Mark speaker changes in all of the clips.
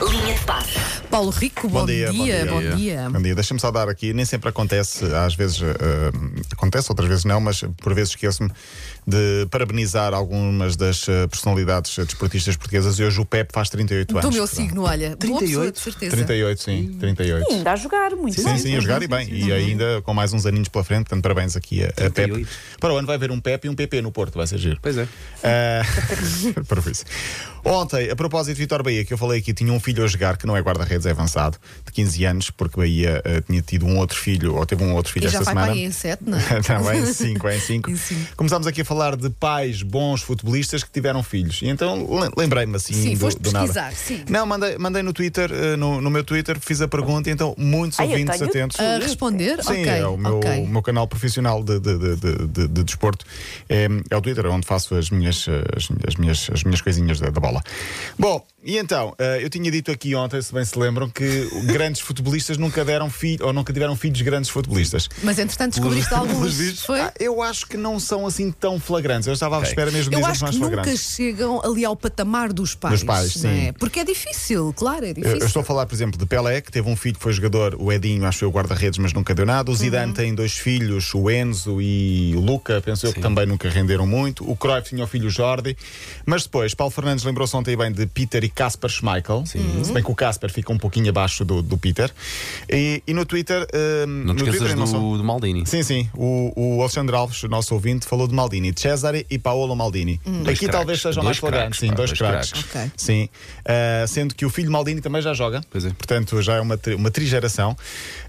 Speaker 1: Linha de passe.
Speaker 2: Paulo Rico, bom, dia, bom dia.
Speaker 3: Bom dia. Deixa-me saudar aqui, nem sempre acontece, às vezes eh, acontece, outras vezes não, mas por vezes esqueço-me de parabenizar algumas das eh, personalidades eh, desportistas portuguesas. E hoje o Pepe faz 38 anos.
Speaker 2: Do meu
Speaker 3: portanto.
Speaker 2: signo, olha, boa pessoa,
Speaker 4: 38?
Speaker 2: de certeza.
Speaker 3: 38, sim, 38.
Speaker 1: Ainda a jogar, muito
Speaker 3: Sim,
Speaker 1: bem.
Speaker 3: sim, a jogar e bem. E ainda com mais uns aninhos pela frente, portanto, parabéns aqui a, a Pepe.
Speaker 4: 38.
Speaker 3: Para o ano vai haver um Pepe e um PP no Porto, vai ser giro.
Speaker 4: Pois é.
Speaker 3: Ah, para isso. Ontem, a propósito de Vitor Bahia, que eu falei aqui, tinha um filho a jogar que não é guarda-redes, é avançado, de 15 anos, porque Bahia ah, tinha tido um outro filho, ou teve um outro filho
Speaker 2: E
Speaker 3: esta
Speaker 2: já vai
Speaker 3: semana.
Speaker 2: para aí em 7, não é?
Speaker 3: Também em 5, em 5.
Speaker 2: Em cinco.
Speaker 3: Começámos aqui a falar de pais bons futebolistas que tiveram filhos. E então le- lembrei-me assim
Speaker 2: Sim,
Speaker 3: do,
Speaker 2: foste
Speaker 3: do nada.
Speaker 2: pesquisar, sim. Ah,
Speaker 3: Não, mandei, mandei no Twitter, eh, no, no meu Twitter, fiz a pergunta, e então muitos
Speaker 1: Ai, eu
Speaker 3: ouvintes
Speaker 1: tenho
Speaker 3: atentos.
Speaker 2: A responder?
Speaker 3: Sim,
Speaker 2: ok.
Speaker 3: é o meu,
Speaker 2: ok.
Speaker 3: o meu canal profissional de, de- de- de- de- de desporto. É, é o Twitter, onde faço as minhas, as, as minhas, as minhas coisinhas da, da bola. Bom, e então, eh, eu tinha dito aqui ontem, se bem se lembram, que grandes futebolistas nunca deram filho ou nunca tiveram filhos grandes futebolistas.
Speaker 2: Mas entretanto descobriste
Speaker 3: Pelos- pelos
Speaker 2: alguns.
Speaker 3: vistos,
Speaker 2: Foi?
Speaker 3: ah, eu acho que não são assim tão flagrantes. Eu estava à espera mesmo de
Speaker 2: Eu
Speaker 3: dizer
Speaker 2: acho
Speaker 3: mais
Speaker 2: que nunca
Speaker 3: flagrantes.
Speaker 2: chegam ali ao patamar dos pais.
Speaker 3: Dos pais,
Speaker 2: não
Speaker 3: sim.
Speaker 2: é? Porque é difícil, claro, é
Speaker 3: Eu,
Speaker 2: difícil.
Speaker 3: eu estou a falar, por exemplo, de Pelé, que teve um filho que foi jogador, o Edinho, acho eu, guarda-redes, mas nunca deu nada. O Zidane tem dois filhos, o Enzo e o Luca, penso eu que também nunca renderam muito. O Cruyff tinha o filho Jordi. Mas depois, Paulo Fernandes lembrou-se ontem bem de Peter e Casper Schmeichel. Se bem que o Casper fica um pouquinho abaixo do, do Peter. E, e no Twitter. hum,
Speaker 4: Não te
Speaker 3: no Twitter
Speaker 4: esqueças
Speaker 3: não são-
Speaker 4: do, do Maldini.
Speaker 3: Sim, sim. O, o Alexandre Alves, o nosso ouvinte, falou de Maldini, de Cesare e Paolo Maldini. Aqui
Speaker 4: craques,
Speaker 3: talvez sejam
Speaker 4: Hum. dois
Speaker 3: mais flagrantes.
Speaker 4: craques,
Speaker 3: Sim,
Speaker 4: pá,
Speaker 3: dois
Speaker 4: dois
Speaker 3: craques.
Speaker 4: craques.
Speaker 2: Ok.
Speaker 3: Sim. Ah, sendo que o filho de Maldini também já joga.
Speaker 4: Pois é.
Speaker 3: Portanto, já é uma, tri, uma trigeração.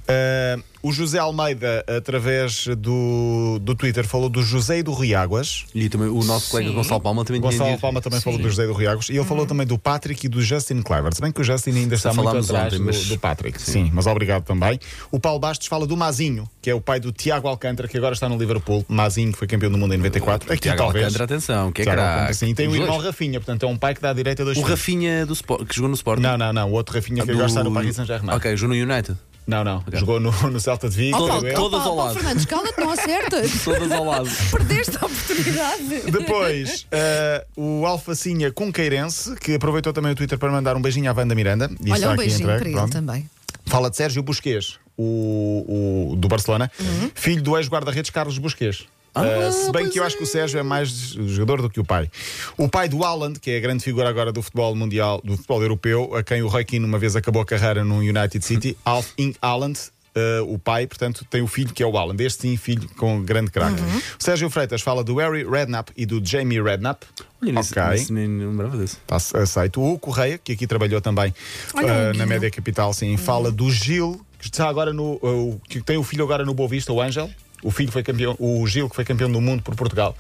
Speaker 3: Ah, o José Almeida, através do, do Twitter, falou do José e do Riáguas.
Speaker 4: E também o nosso colega Gonçalo Palma também tinha
Speaker 3: Gonçalo
Speaker 4: dito.
Speaker 3: Palma também
Speaker 4: Sim. Hum.
Speaker 3: falou do José e do Riagos e ele falou também do Patrick e do Justin Kluivert. Se bem que o Justin ainda está muito
Speaker 4: falámos
Speaker 3: atrás
Speaker 4: ontem,
Speaker 3: do,
Speaker 4: mas-
Speaker 3: do Patrick. Sim. mas obrigado também. O Paulo Bastos fala do Mazinho, que é o pai do Tiago Alcântara, que agora está no Liverpool. Mazinho, que foi campeão do mundo em 94. Aqui
Speaker 4: Tiago
Speaker 3: talvez.
Speaker 4: Alcântara, atenção, que é
Speaker 3: Tiago
Speaker 4: craque.
Speaker 3: Alcântara, sim. E tem o
Speaker 4: Os
Speaker 3: irmão
Speaker 4: dois.
Speaker 3: Rafinha, portanto é um pai que dá direito a dois
Speaker 4: O
Speaker 3: filhos.
Speaker 4: Rafinha do é Sport, que jogou no Sporting.
Speaker 3: Não, não, não. O outro Rafinha que
Speaker 4: Do-
Speaker 3: agora está no Paris Saint-Germain.
Speaker 4: Ok, jogou no United.
Speaker 3: Não, não. Jogou no, no Celta de Vigo.
Speaker 2: Oh, Paulo,
Speaker 3: jogou ele.
Speaker 2: oh,
Speaker 4: todas
Speaker 2: Paulo,
Speaker 4: ao
Speaker 2: Paulo
Speaker 4: lado.
Speaker 2: Fernandes, cala-te, não acerta.
Speaker 4: Todas ao lado.
Speaker 2: Perdeste a oportunidade.
Speaker 3: Depois, eh, o Alfacinha Conqueirense, que aproveitou também o Twitter para mandar um beijinho à Wanda Miranda. E
Speaker 2: Olha,
Speaker 3: está
Speaker 2: um
Speaker 3: aqui
Speaker 2: beijinho
Speaker 3: entregue,
Speaker 2: para ele
Speaker 3: pronto.
Speaker 2: também.
Speaker 3: Fala de Sérgio Busquets, o, o do Barcelona, filho do ex-guarda-redes Carlos Busquets. Uhum. Ah, se bem que eu acho que o Sérgio é mais jogador do que o pai. O pai do Haaland, que é a grande figura agora do futebol mundial, do futebol europeu, a quem o Roy Keane uma vez acabou a carreira no United City, Alf Ing Haaland, ah, o pai, portanto, tem o filho que é o Haaland. Este sim, filho com grande craque. O Sérgio Freitas fala do Harry Redknapp e do Jamie Redknapp.
Speaker 4: Olha, nisso,
Speaker 3: Ok.
Speaker 4: nisso nem nem lembrava disso.
Speaker 3: Tá aceito. O Correia, que aqui trabalhou também
Speaker 2: Olha,
Speaker 3: ah,
Speaker 2: um
Speaker 3: na
Speaker 2: amiguinho.
Speaker 3: Média Capital, sim, fala do Gil, que está agora no. ah, o- que tem o filho agora no Boa Vista, o Ângel. O filho foi campeão, o Gil, que foi campeão do mundo por Portugal.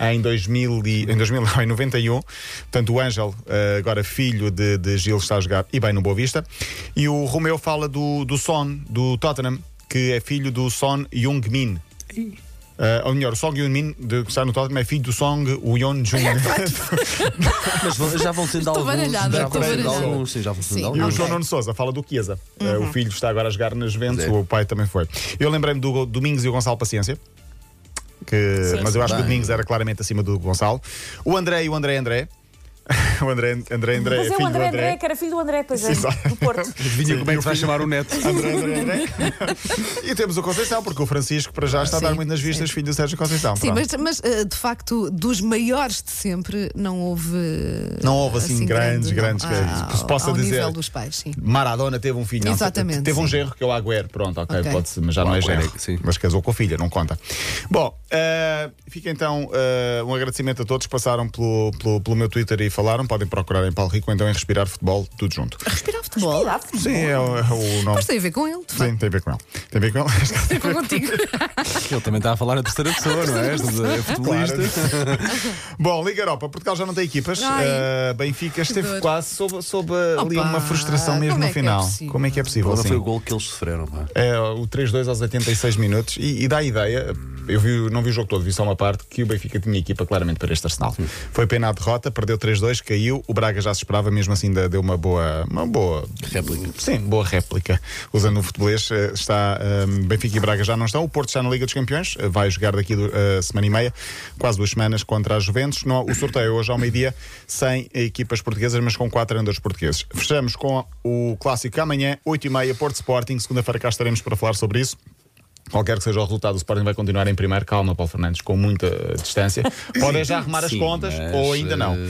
Speaker 3: Em 2000 e, em 2000, não, em 91, portanto, o Ângel, ah, agora filho de, de Gil, está a jogar e bem no Boa Vista. E o Romeu fala do, do Son, do Tottenham, que é filho do Son Jung-min. Ah, ou melhor, o Song Jung-min, de- que está no Tottenham, é filho do Song Won Jung.
Speaker 4: Mas vão- já vão sendo alguns.
Speaker 2: baralhada,
Speaker 4: já
Speaker 2: estou
Speaker 4: vão sendo
Speaker 3: baralhada.
Speaker 4: alguns. Sim, já vão
Speaker 2: Sim.
Speaker 4: sendo
Speaker 3: E o
Speaker 4: alguns.
Speaker 3: João Nuno Souza fala do Chiesa. Eh, O filho está agora a jogar nas Juventus,
Speaker 4: Pois é.
Speaker 3: o pai também foi. Eu lembrei-me do Go- Domingos e o Gonçalo Paciência. que- mas eu acho que o
Speaker 4: bem.
Speaker 3: Domingos era claramente acima do Gonçalo. O André e o André André. o André André André,
Speaker 1: Mas é
Speaker 3: filho
Speaker 1: o André
Speaker 3: do
Speaker 1: André, que era filho do André, pois é,
Speaker 3: Exato.
Speaker 1: do Porto.
Speaker 4: Adivinha como é que se vai chamar o neto?
Speaker 3: André, André, André. e temos o Conceição, porque o Francisco para já está a dar
Speaker 2: Sim,
Speaker 3: muito nas vistas, filho do Sérgio Conceição.
Speaker 2: Sim,
Speaker 3: Pronto.
Speaker 2: mas, mas, eh, de facto, dos maiores de sempre, não houve. eh,
Speaker 3: Não houve, assim, grandes,
Speaker 2: grande,
Speaker 3: grandes,
Speaker 2: não. Ah,
Speaker 3: grandes, que se possa
Speaker 2: ao
Speaker 3: dizer.
Speaker 2: nível dos pais, sim.
Speaker 3: Maradona teve um filho. não,
Speaker 2: Exatamente,
Speaker 3: Teve um
Speaker 2: sim.
Speaker 3: genro que é o Agüero. Pronto, ok,
Speaker 2: Ok.
Speaker 3: pode-se, mas já
Speaker 4: O
Speaker 3: não é
Speaker 4: Agüero,
Speaker 3: genro.
Speaker 4: sim.
Speaker 3: Mas casou com a filha, não conta. Bom, eh, fica então eh, um agradecimento a todos. que Passaram pelo, pelo, pelo meu Twitter e falaram. Podem procurar em Paulo Rico, ou então em Respirar Futebol, tudo junto.
Speaker 2: Respirar futebol.
Speaker 1: Cuidado.
Speaker 3: Sim, é o, é o nome.
Speaker 2: Mas tem a ver com ele, de facto.
Speaker 3: Sim, tem a ver com ele. Tem a ver com ele. é
Speaker 2: Tem a ver contigo.
Speaker 4: Ele também está a falar a terceira pessoa, não é? Estás a dizer, É futebolista.
Speaker 3: Bom, Liga Europa, Portugal já não tem equipas.
Speaker 2: Ai.
Speaker 3: Eh, Benfica esteve
Speaker 2: dor.
Speaker 3: quase sob, sob ali
Speaker 2: Opa,
Speaker 3: uma frustração mesmo
Speaker 2: como
Speaker 3: no
Speaker 2: é que é
Speaker 3: final.
Speaker 2: possível?
Speaker 3: como é que é possível?
Speaker 4: Qual
Speaker 3: assim?
Speaker 4: foi o gol que eles sofreram, pá?
Speaker 3: É, o 3-2 aos 86 minutos e, e dá a ideia. Eu vi- não vi o jogo todo, vi só uma parte que o Benfica tinha equipa claramente para este Arsenal. Foi pena a derrota, perdeu 3-2, caiu caiu. O Braga já se esperava, mesmo assim, ainda deu uma boa. Uma boa
Speaker 4: Réplica.
Speaker 3: Sim, boa réplica. Usando o futebolês, eh, está. eh, Benfica e Braga já não estão. O Porto está na Liga dos Campeões, eh, vai jogar daqui a eh, semana e meia, quase duas semanas, contra a Juventus. Não, o sorteio é hoje ao meio-dia, sem equipas portuguesas, mas com quatro andores portugueses. Fechamos com o clássico amanhã, 8h30, Porto Sporting. Segunda-feira cá estaremos para falar sobre isso. Qualquer que seja o resultado, o Sporting vai continuar em primeiro. Calma, Paulo Fernandes, com muita eh, distância. Podem já arrumar as
Speaker 4: Sim,
Speaker 3: contas
Speaker 4: mas,
Speaker 3: ou ainda não.
Speaker 4: eh,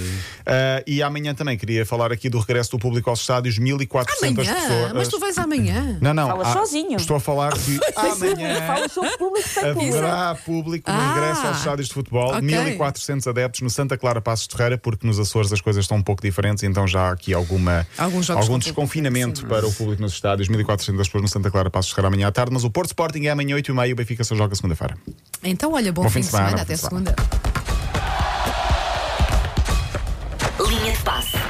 Speaker 3: Ah, e amanhã também queria falar aqui do regresso do público aos estádios. 1.400 pessoas.
Speaker 2: Amanhã, mas tu vais amanhã.
Speaker 3: Não, não.
Speaker 1: Fala
Speaker 3: ah,
Speaker 1: sozinho.
Speaker 3: Estou a falar que
Speaker 2: é,
Speaker 1: Público,
Speaker 3: amanhã
Speaker 1: Fala sobre público, sem público.
Speaker 3: haverá público no
Speaker 2: Ah,
Speaker 3: regresso aos estádios de futebol.
Speaker 2: ok.
Speaker 3: 1.400 adeptos no Santa Clara Passos Ferreira, porque nos Açores as coisas estão um pouco diferentes, então já há aqui alguma,
Speaker 2: Alguns jogos
Speaker 3: algum
Speaker 2: com
Speaker 3: desconfinamento
Speaker 2: público, sim.
Speaker 3: para o público nos estádios. 1.400 pessoas no Santa Clara Passos Ferreira amanhã à tarde, mas o Porto Sporting é amanhã 8h30 e o Benfica só joga segunda-feira.
Speaker 2: Então, olha, bom, fim de semana, até
Speaker 3: bom fim de
Speaker 2: segunda.